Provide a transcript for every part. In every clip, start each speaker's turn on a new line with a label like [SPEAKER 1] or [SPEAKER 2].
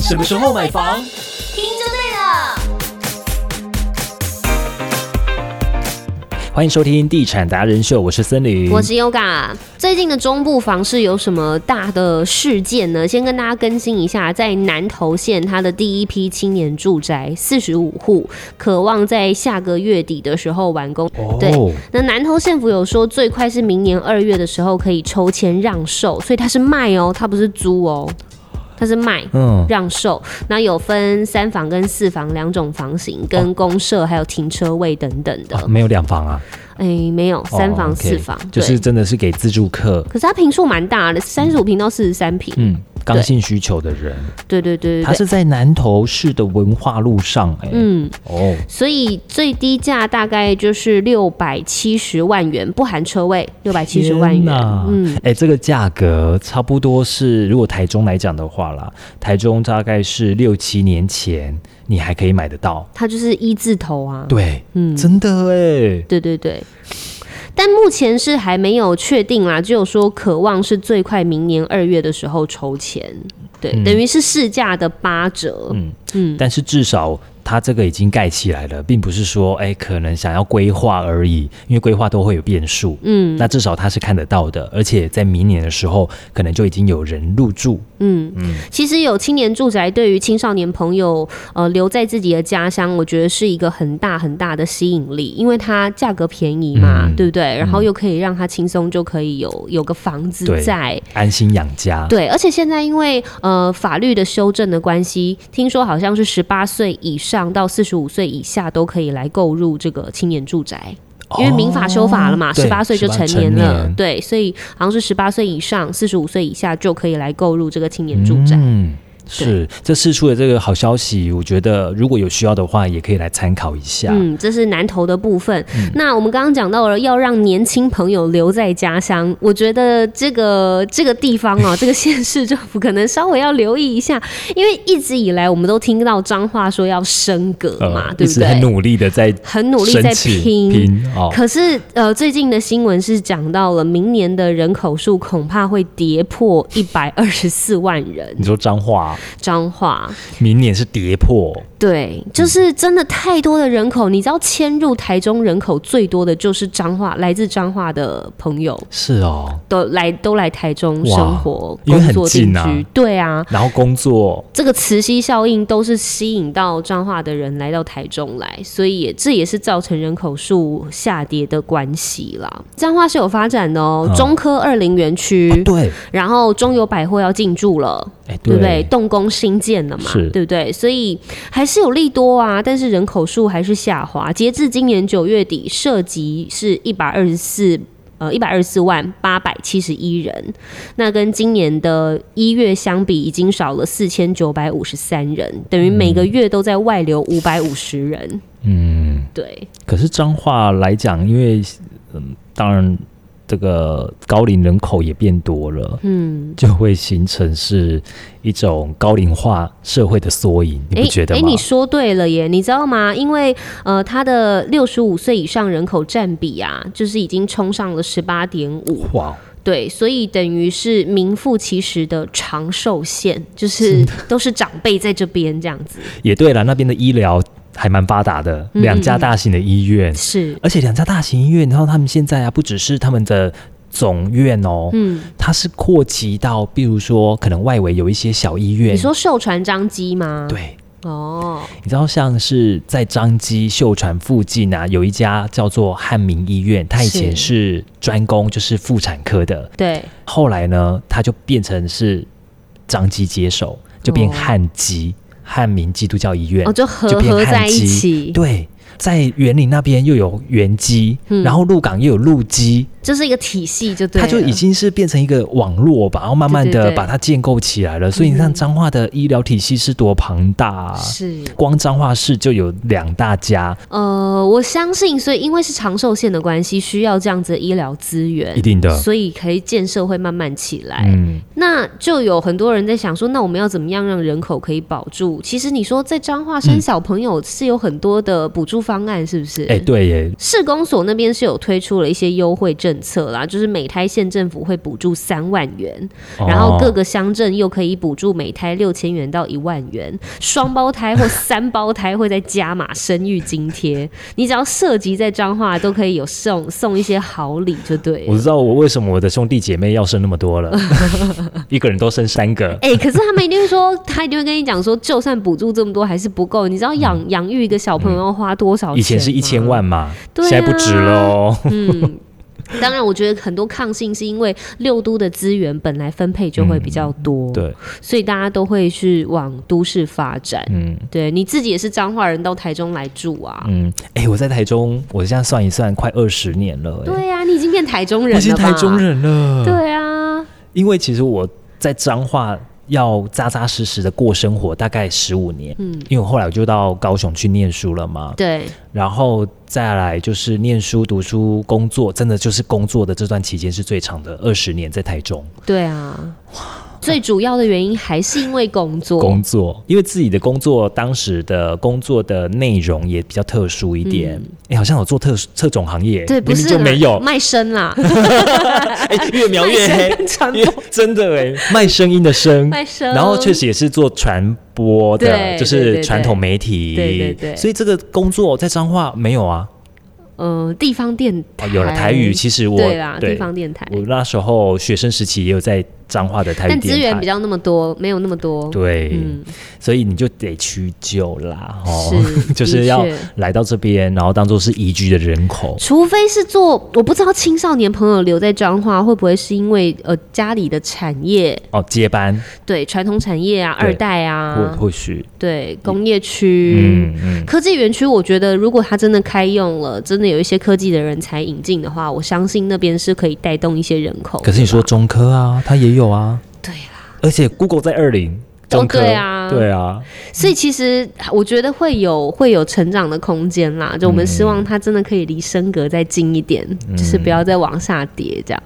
[SPEAKER 1] 什么时候买房？
[SPEAKER 2] 听就对了。
[SPEAKER 3] 欢迎收听《地产达人秀》，我是森林，
[SPEAKER 2] 我是 Yoga。最近的中部房市有什么大的事件呢？先跟大家更新一下，在南投县，它的第一批青年住宅四十五户，渴望在下个月底的时候完工。对
[SPEAKER 3] 哦，
[SPEAKER 2] 那南投县府有说，最快是明年二月的时候可以抽签让售，所以它是卖哦，它不是租哦，它是卖。
[SPEAKER 3] 嗯，
[SPEAKER 2] 让售，那有分三房跟四房两种房型，
[SPEAKER 3] 哦
[SPEAKER 2] 跟公社还有停车位等等的。
[SPEAKER 3] 啊没有两房啊，
[SPEAKER 2] 哎、没有三
[SPEAKER 3] 哦
[SPEAKER 2] 房
[SPEAKER 3] ，OK
[SPEAKER 2] 四房，
[SPEAKER 3] 就
[SPEAKER 2] 对。
[SPEAKER 3] 是真的是给自住客，
[SPEAKER 2] 可是它平数蛮大的，三十五平到四十三平。
[SPEAKER 3] 嗯，刚性需求的人，
[SPEAKER 2] 对对对
[SPEAKER 3] 他
[SPEAKER 2] 对对。
[SPEAKER 3] 是在南投市的文化路上、哎，
[SPEAKER 2] 嗯，
[SPEAKER 3] 哦，
[SPEAKER 2] 所以最低价大概就是六百七十万元，不含车位，六百七十万
[SPEAKER 3] 天
[SPEAKER 2] 元
[SPEAKER 3] 哪。
[SPEAKER 2] 嗯，
[SPEAKER 3] 哎、这个价格差不多是，如果台中来讲的话啦，台中大概是六七年前你还可以买得到，
[SPEAKER 2] 它就是一字头啊。
[SPEAKER 3] 对，
[SPEAKER 2] 嗯，
[SPEAKER 3] 真的哎、
[SPEAKER 2] 对对对。但目前是还没有确定啦，只有说渴望是最快明年二月的时候筹钱，对，
[SPEAKER 3] 嗯
[SPEAKER 2] 等于是市价的八折。
[SPEAKER 3] 嗯
[SPEAKER 2] 嗯
[SPEAKER 3] 但是至少它这个已经盖起来了，并不是说哎、可能想要规划而已，因为规划都会有变数。
[SPEAKER 2] 嗯
[SPEAKER 3] 那至少它是看得到的，而且在明年的时候，可能就已经有人入住。
[SPEAKER 2] 嗯，其实有青年住宅对于青少年朋友呃留在自己的家乡，我觉得是一个很大很大的吸引力，因为它价格便宜嘛，
[SPEAKER 3] 嗯
[SPEAKER 2] 对不对？然后又可以让他轻松就可以有有个房子
[SPEAKER 3] 对
[SPEAKER 2] 在，
[SPEAKER 3] 安心养家，
[SPEAKER 2] 对，而且现在因为呃法律的修正的关系，听说好像是十八岁以上到四十五岁以下都可以来购入这个青年住宅，因为民法修法了嘛，
[SPEAKER 3] 哦对
[SPEAKER 2] 十八岁就
[SPEAKER 3] 18
[SPEAKER 2] 成年了，
[SPEAKER 3] 成年
[SPEAKER 2] 对，所以好像是十八岁以上、四十五岁以下就可以来购入这个青年住宅。
[SPEAKER 3] 嗯，是这释出的这个好消息，我觉得如果有需要的话，也可以来参考一下。
[SPEAKER 2] 嗯，这是南投的部分。
[SPEAKER 3] 嗯
[SPEAKER 2] 那我们刚刚讲到了要让年轻朋友留在家乡，我觉得这个这个地方 哦，这个县市政府可能稍微要留意一下，因为一直以来我们都听到彰化说要升格嘛，
[SPEAKER 3] 呃
[SPEAKER 2] 对
[SPEAKER 3] 一
[SPEAKER 2] 不
[SPEAKER 3] 直很
[SPEAKER 2] 对？
[SPEAKER 3] 努力的在
[SPEAKER 2] 很努力
[SPEAKER 3] 申
[SPEAKER 2] 在
[SPEAKER 3] 请
[SPEAKER 2] 拼。
[SPEAKER 3] 拼哦，
[SPEAKER 2] 可是，呃，最近的新闻是讲到了明年的人口数恐怕会跌破一百二十四万人
[SPEAKER 3] 你。说脏话，
[SPEAKER 2] 彰化，
[SPEAKER 3] 明年是跌破，
[SPEAKER 2] 对，就是真的太多的人口，你知道迁入台中人口最多的就是彰化，来自彰化的朋友
[SPEAKER 3] 是哦，
[SPEAKER 2] 都来都来台中
[SPEAKER 3] 哇
[SPEAKER 2] 生活、
[SPEAKER 3] 因为
[SPEAKER 2] 工
[SPEAKER 3] 很
[SPEAKER 2] 作、定
[SPEAKER 3] 近
[SPEAKER 2] 居。
[SPEAKER 3] 啊
[SPEAKER 2] 对啊，
[SPEAKER 3] 然后工作
[SPEAKER 2] 这个磁吸效应都是吸引到彰化的人来到台中来，所以也这也是造成人口数下跌的关系啦。彰化是有发展的哦，
[SPEAKER 3] 嗯
[SPEAKER 2] 中科二林园区，
[SPEAKER 3] 哦对，
[SPEAKER 2] 然后中友百货要进驻了。
[SPEAKER 3] 哎
[SPEAKER 2] 对不对？动工新建了嘛，
[SPEAKER 3] 是
[SPEAKER 2] 对不对？所以还是有利多啊，但是人口数还是下滑。截至今年九月底，涉及是一百二十四。呃，一百二十四万八百七十一人，那跟今年的一月相比，已经少了四千九百五十三人，等于每个月都在外流五百五十人。
[SPEAKER 3] 嗯。
[SPEAKER 2] 对，
[SPEAKER 3] 可是彰化来讲，因为嗯，当然这个高龄人口也变多了，
[SPEAKER 2] 嗯，
[SPEAKER 3] 就会形成是一种高龄化社会的缩影，你不
[SPEAKER 2] 诶
[SPEAKER 3] 觉得
[SPEAKER 2] 诶
[SPEAKER 3] 吗？
[SPEAKER 2] 你说对了耶，你知道吗？因为呃，它的六十五岁以上人口占比啊，就是已经冲上了十八点五。
[SPEAKER 3] 哇，
[SPEAKER 2] 对，所以等于是名副其实的长寿县，就是都是长辈在这边这样子。
[SPEAKER 3] 也对了，那边的医疗还蛮发达的，
[SPEAKER 2] 嗯
[SPEAKER 3] 两家大型的医院，
[SPEAKER 2] 是，
[SPEAKER 3] 而且两家大型医院，然后他们现在啊，不只是他们的总院哦，
[SPEAKER 2] 嗯，
[SPEAKER 3] 它是扩及到，比如说可能外围有一些小医院，
[SPEAKER 2] 你说受传张机吗？，
[SPEAKER 3] 对，
[SPEAKER 2] 哦，
[SPEAKER 3] 你知道，像是在张基秀传附近啊，有一家叫做汉民医院，它以前是专攻就是妇产科的，
[SPEAKER 2] 对，
[SPEAKER 3] 后来呢，它就变成是张基接手，就变
[SPEAKER 2] 哦
[SPEAKER 3] 汉基、汉民基督教医院。
[SPEAKER 2] 哦，就合
[SPEAKER 3] 就变
[SPEAKER 2] 合
[SPEAKER 3] 汉
[SPEAKER 2] 在一
[SPEAKER 3] 基
[SPEAKER 2] 起，
[SPEAKER 3] 对，在园林那边又有园基，
[SPEAKER 2] 嗯
[SPEAKER 3] 然后鹿港又有鹿基，
[SPEAKER 2] 这是一个体系，就对
[SPEAKER 3] 它
[SPEAKER 2] 了。
[SPEAKER 3] 就已经是变成一个网络吧，然后慢慢
[SPEAKER 2] 对对
[SPEAKER 3] 的
[SPEAKER 2] 对
[SPEAKER 3] 把它建构起来了。所以你看彰化的医疗体系是多庞大、啊。
[SPEAKER 2] 是，
[SPEAKER 3] 光彰化市就有两大家，
[SPEAKER 2] 呃，我相信，所以因为是长寿县的关系，需要这样子的医疗资源
[SPEAKER 3] 一，定的，
[SPEAKER 2] 所以可以建设会慢慢起来。
[SPEAKER 3] 嗯，
[SPEAKER 2] 那就有很多人在想说，那我们要怎么样让人口可以保住？其实你说在彰化生小朋友是有很多的补助方案，是不是？
[SPEAKER 3] 哎、对耶，
[SPEAKER 2] 市公所那边是有推出了一些优惠政策啦，就是每胎县政府会补助三万元， 然后各
[SPEAKER 3] 哦
[SPEAKER 2] 个乡镇又可以补助每胎六千元到一万元，双胞胎或三胞胎会再加码生育津贴。你只要涉及在彰化，都可以有送送一些好礼，就对
[SPEAKER 3] 我
[SPEAKER 2] 了。
[SPEAKER 3] 知道我为什么我的兄弟姐妹要生那么多 了，一个人都生三个。
[SPEAKER 2] 哎、可是他们一定会说，他一定会跟你讲说，就算补助这么多还是不够。你知道养养育一个小朋友要花多少钱吗？
[SPEAKER 3] 嗯以前是一千万嘛，
[SPEAKER 2] 对啊
[SPEAKER 3] 现在不止了哦。
[SPEAKER 2] 嗯，当然，我觉得很多抗性是因为六都的资源本来分配就会比较多，，
[SPEAKER 3] 嗯对，
[SPEAKER 2] 所以大家都会去往都市发展。
[SPEAKER 3] 嗯
[SPEAKER 2] 对，你自己也是彰化人，到台中来住啊？
[SPEAKER 3] 嗯，哎、我在台中，我现在算一算，快二十年了、哎，
[SPEAKER 2] 对啊，你已经变台中人
[SPEAKER 3] 我
[SPEAKER 2] 了
[SPEAKER 3] 已经
[SPEAKER 2] 吧
[SPEAKER 3] 台中。人了。
[SPEAKER 2] 对啊，
[SPEAKER 3] 因为其实我在彰化要扎扎实实的过生活，大概十五年。
[SPEAKER 2] 嗯，
[SPEAKER 3] 因为我后来我就到高雄去念书了嘛，
[SPEAKER 2] 对，
[SPEAKER 3] 然后再来就是念书、读书、工作，真的就是工作的这段期间是最长的，二十年在台中
[SPEAKER 2] 对啊。最主要的原因还是因为工作，
[SPEAKER 3] 工作，因为自己的工作当时的工作的内容也比较特殊一点，哎、好像有做特特种行业，
[SPEAKER 2] 嗯对，不
[SPEAKER 3] 明明
[SPEAKER 2] 是
[SPEAKER 3] 就
[SPEAKER 2] 啦
[SPEAKER 3] 没有，
[SPEAKER 2] 卖身啦，
[SPEAKER 3] 哎、越描越
[SPEAKER 2] 卖
[SPEAKER 3] 黑
[SPEAKER 2] 身跟传，播
[SPEAKER 3] 越 真的哎、卖声音的声，
[SPEAKER 2] 卖身
[SPEAKER 3] 然后确实也是做传播的，
[SPEAKER 2] 对
[SPEAKER 3] 就
[SPEAKER 2] 对对
[SPEAKER 3] 是
[SPEAKER 2] 对
[SPEAKER 3] 传统媒体，
[SPEAKER 2] 对对对
[SPEAKER 3] 所以这个工作在彰化没有啊，
[SPEAKER 2] 嗯、地方电台、
[SPEAKER 3] 哦有了台语，其实我
[SPEAKER 2] 对啦，地方电台，
[SPEAKER 3] 我那时候学生时期也有在彰化的台语
[SPEAKER 2] 但资
[SPEAKER 3] 电
[SPEAKER 2] 源比
[SPEAKER 3] 台，
[SPEAKER 2] 较那么多，没有那么多，
[SPEAKER 3] 对，
[SPEAKER 2] 嗯，
[SPEAKER 3] 所以你就得屈就啦，哦，
[SPEAKER 2] 是
[SPEAKER 3] 就是
[SPEAKER 2] 的
[SPEAKER 3] 要
[SPEAKER 2] 确
[SPEAKER 3] 来到这边，然后当做是宜居的人口，
[SPEAKER 2] 除非是做，我不知道青少年朋友留在彰化会不会是因为呃家里的产业，
[SPEAKER 3] 哦，接班
[SPEAKER 2] 对传统产业啊、
[SPEAKER 3] 对嗯
[SPEAKER 2] 二代
[SPEAKER 3] 或
[SPEAKER 2] 啊，
[SPEAKER 3] 或许，
[SPEAKER 2] 对工业区、
[SPEAKER 3] 嗯嗯，
[SPEAKER 2] 科技园区，我觉得如果它真的开用了，真的有一些科技的人才引进的话，我相信那边是可以带动一些人口。
[SPEAKER 3] 可是你说
[SPEAKER 2] 吧
[SPEAKER 3] 中科啊，它也有啊，
[SPEAKER 2] 对啦，
[SPEAKER 3] 而且 Google 在二零。
[SPEAKER 2] 哦
[SPEAKER 3] 中科、
[SPEAKER 2] 对啊
[SPEAKER 3] 对啊，
[SPEAKER 2] 所以其实我觉得会有会有成长的空间啦，就我们希望它真的可以离升格再近一点，就是不要再往下跌这样。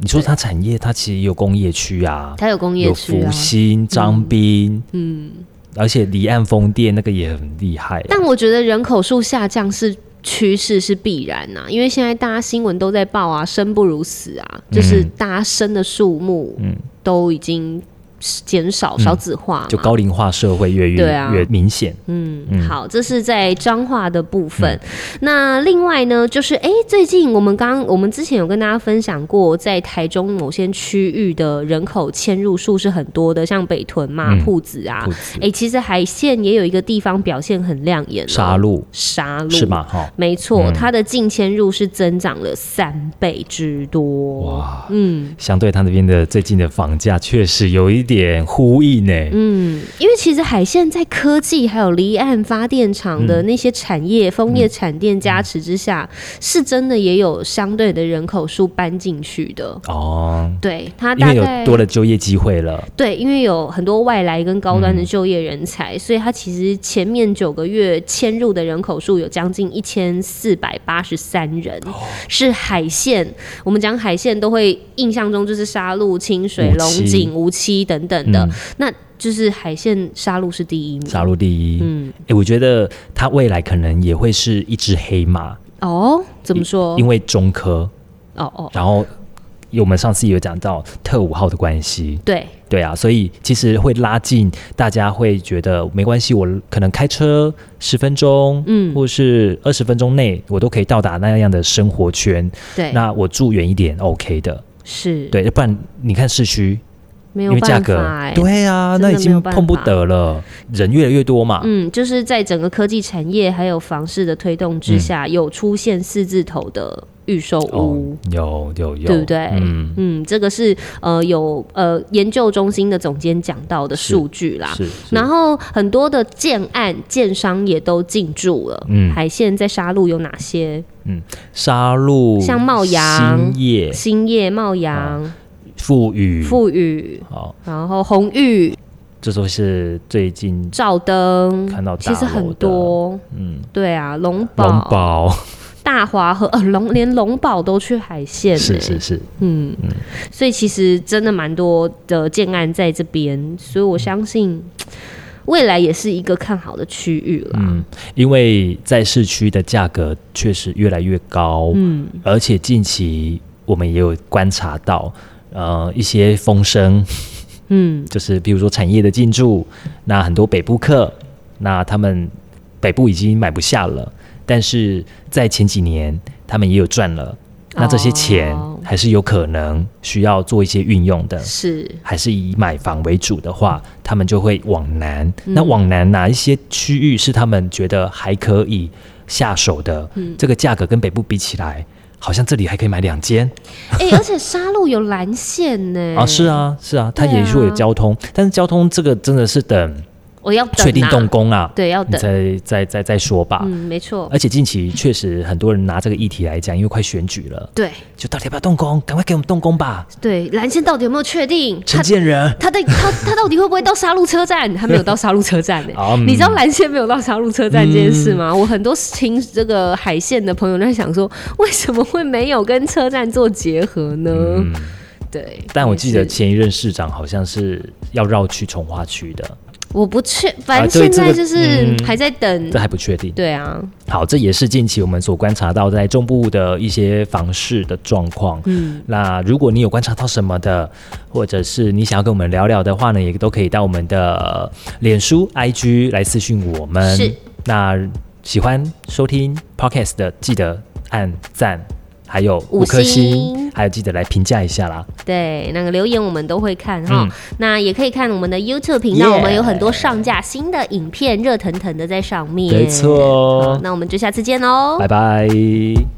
[SPEAKER 3] 你说它产业，它其实也有工业区啊，
[SPEAKER 2] 它有工业
[SPEAKER 3] 有
[SPEAKER 2] 区
[SPEAKER 3] 福
[SPEAKER 2] 啊。
[SPEAKER 3] 星、张滨，嗯，而且离岸风电那个也很厉害、啊。
[SPEAKER 2] 但我觉得人口数下降是趋势，是必然呐、因为现在大家新闻都在报啊，生不如死啊，就是大家生的数目都已经减少、少子化嘛
[SPEAKER 3] 就高龄化社会越
[SPEAKER 2] 啊对
[SPEAKER 3] 越、
[SPEAKER 2] 啊
[SPEAKER 3] 越明显，
[SPEAKER 2] 嗯，好，这是在彰化的部分。
[SPEAKER 3] 嗯
[SPEAKER 2] 那另外呢，就是诶，最近我们刚我们之前有跟大家分享过，在台中某些区域的人口迁入数是很多的，像北屯嘛、
[SPEAKER 3] 嗯
[SPEAKER 2] 铺子啊
[SPEAKER 3] 兔。子
[SPEAKER 2] 诶，其实海线也有一个地方表现很亮眼、哦，
[SPEAKER 3] 杀戮
[SPEAKER 2] 嗯杀戮
[SPEAKER 3] 是吗？嗯哈，
[SPEAKER 2] 没错，它的净迁入是增长了三倍之多。
[SPEAKER 3] 哇，
[SPEAKER 2] 嗯
[SPEAKER 3] 相对它那边的最近的房价确实有一点呼应呢、
[SPEAKER 2] 嗯，因为其实海线在科技还有离岸发电厂
[SPEAKER 3] 嗯
[SPEAKER 2] 的那些产业、枫叶产电加持之下，是真的也有相对的人口数搬进去的。
[SPEAKER 3] 哦，
[SPEAKER 2] 对，它
[SPEAKER 3] 因
[SPEAKER 2] 大
[SPEAKER 3] 为有
[SPEAKER 2] 概嗯
[SPEAKER 3] 多了就业机会了，
[SPEAKER 2] 对，因为有很多外来跟高端
[SPEAKER 3] 嗯
[SPEAKER 2] 的就业人才，所以它其实前面九个月迁入的人口数有将近一千四百八十三人，
[SPEAKER 3] 哦
[SPEAKER 2] 是海线。我们讲海线都会印象中就是沙鹿、清水、
[SPEAKER 3] 无
[SPEAKER 2] 龙
[SPEAKER 3] 期嗯
[SPEAKER 2] 井、无期等等的，那就是海线沙鹿是第一名。
[SPEAKER 3] 杀戮第一。嗯，哎、我觉得它未来可能也会是一只黑马，
[SPEAKER 2] 哦，怎么说？
[SPEAKER 3] 因为中科，
[SPEAKER 2] 哦哦，
[SPEAKER 3] 然后我们上次有讲到特五号的关系，
[SPEAKER 2] 对，
[SPEAKER 3] 对啊，所以其实会拉近大家会觉得没关系，我可能开车十分钟，嗯，或是二十分钟内，我都可以到达那样的生活圈。
[SPEAKER 2] 对，
[SPEAKER 3] 那我住远一点，OK 的，
[SPEAKER 2] 是，
[SPEAKER 3] 对，不然你看市区，
[SPEAKER 2] 没
[SPEAKER 3] 因
[SPEAKER 2] 有
[SPEAKER 3] 为价
[SPEAKER 2] 办
[SPEAKER 3] 格
[SPEAKER 2] 法、欸，，
[SPEAKER 3] 对啊，
[SPEAKER 2] 真的
[SPEAKER 3] 那已
[SPEAKER 2] 没
[SPEAKER 3] 经
[SPEAKER 2] 有办
[SPEAKER 3] 碰不
[SPEAKER 2] 法
[SPEAKER 3] 得了，人越来越多嘛，
[SPEAKER 2] 嗯，就是在整个科技产业还有房市的推动之下，有出现四字头的预售
[SPEAKER 3] 嗯哦
[SPEAKER 2] 屋。，
[SPEAKER 3] 有有有，
[SPEAKER 2] 对不对？
[SPEAKER 3] 嗯，
[SPEAKER 2] 这个是呃有呃研究中心的总监讲到的数据啦。
[SPEAKER 3] 是，是
[SPEAKER 2] 啊然后很多的建案建商也都进驻了。
[SPEAKER 3] 嗯
[SPEAKER 2] 海线在沙鹿有哪些？
[SPEAKER 3] 沙鹿、
[SPEAKER 2] 像茂阳
[SPEAKER 3] 兴业、
[SPEAKER 2] 兴业、茂
[SPEAKER 3] 嗯
[SPEAKER 2] 阳、
[SPEAKER 3] 富裕，
[SPEAKER 2] 富宇，
[SPEAKER 3] 好，
[SPEAKER 2] 然后红玉、
[SPEAKER 3] 这都是最近
[SPEAKER 2] 照灯，
[SPEAKER 3] 看到大
[SPEAKER 2] 其实
[SPEAKER 3] 楼
[SPEAKER 2] 很
[SPEAKER 3] 的
[SPEAKER 2] 多。
[SPEAKER 3] 嗯，
[SPEAKER 2] 对啊，龙
[SPEAKER 3] 龙
[SPEAKER 2] 宝、
[SPEAKER 3] 宝。
[SPEAKER 2] 大华和 呃龙，连龙宝都去海线、欸，
[SPEAKER 3] 是是是，
[SPEAKER 2] 嗯，所以其实真的蛮多的建案在这边，所以我相信。未来也是一个看好的区域了。
[SPEAKER 3] 嗯，因为在市区的价格确实越来越高，
[SPEAKER 2] 嗯，
[SPEAKER 3] 而且近期我们也有观察到，呃，一些风声，
[SPEAKER 2] 嗯，
[SPEAKER 3] 就是比如说产业的进驻，那很多北部客，那他们北部已经买不下了，但是在前几年他们也有赚了，那这些钱
[SPEAKER 2] 哦
[SPEAKER 3] 还是有可能需要做一些运用的。
[SPEAKER 2] 是
[SPEAKER 3] 还是以买房为主的话，他们就会往南。
[SPEAKER 2] 嗯
[SPEAKER 3] 那往南哪一些区域是他们觉得还可以下手的？
[SPEAKER 2] 嗯
[SPEAKER 3] 这个价格跟北部比起来，好像这里还可以买两间、
[SPEAKER 2] 哎、而且沙鹿有蓝线呢、
[SPEAKER 3] 啊！是，啊，是啊，它
[SPEAKER 2] 嗯对
[SPEAKER 3] 也说有
[SPEAKER 2] 啊
[SPEAKER 3] 交通，但是交通这个真的是等
[SPEAKER 2] 我要等、啊、
[SPEAKER 3] 确定动，工啊，
[SPEAKER 2] 对，要
[SPEAKER 3] 你
[SPEAKER 2] 等。
[SPEAKER 3] 再再再再说吧。
[SPEAKER 2] 嗯，没错，
[SPEAKER 3] 而且近期确实很多人拿这个议题来讲，因为快选举了，
[SPEAKER 2] 对
[SPEAKER 3] 就到底要不要动工？赶快给我们动工吧，
[SPEAKER 2] 对，蓝线到底有没有确定？
[SPEAKER 3] 陈
[SPEAKER 2] 他
[SPEAKER 3] 建仁。
[SPEAKER 2] 他的他他到底会不会到沙鹿车站？他没有到沙鹿车站呢、欸
[SPEAKER 3] 啊 嗯
[SPEAKER 2] 你知道蓝线没有到沙鹿车站这件事吗？我很多听这个海线的朋友在想说，为什么会没有跟车站做结合呢？对，
[SPEAKER 3] 嗯但我记得
[SPEAKER 2] 也是
[SPEAKER 3] 前一任市长好像是要绕去从化区的，
[SPEAKER 2] 我不确，反
[SPEAKER 3] 啊
[SPEAKER 2] 正
[SPEAKER 3] 对
[SPEAKER 2] 现在
[SPEAKER 3] 这
[SPEAKER 2] 就
[SPEAKER 3] 个
[SPEAKER 2] 是
[SPEAKER 3] 嗯
[SPEAKER 2] 还在等。
[SPEAKER 3] 这还不确定。
[SPEAKER 2] 对啊，
[SPEAKER 3] 好，这也是近期我们所观察到在中部的一些房市的状况。
[SPEAKER 2] 嗯，
[SPEAKER 3] 那如果你有观察到什么的，或者是你想要跟我们聊聊的话呢，也都可以到我们的脸书、IG 来私讯我们。
[SPEAKER 2] 是，
[SPEAKER 3] 那喜欢收听 Podcast 的，记得按赞，还有
[SPEAKER 2] 五
[SPEAKER 3] 五颗
[SPEAKER 2] 星
[SPEAKER 3] 星，还有记得来评价一下啦。
[SPEAKER 2] 对，那个留言我们都会看哈、
[SPEAKER 3] 嗯
[SPEAKER 2] 那也可以看我们的 YouTube 频道
[SPEAKER 3] Yeah
[SPEAKER 2] 我们有很多上架新的影片，热腾腾的在上面。
[SPEAKER 3] 没错哦
[SPEAKER 2] 好那我们就下次见喽，哦
[SPEAKER 3] 拜拜。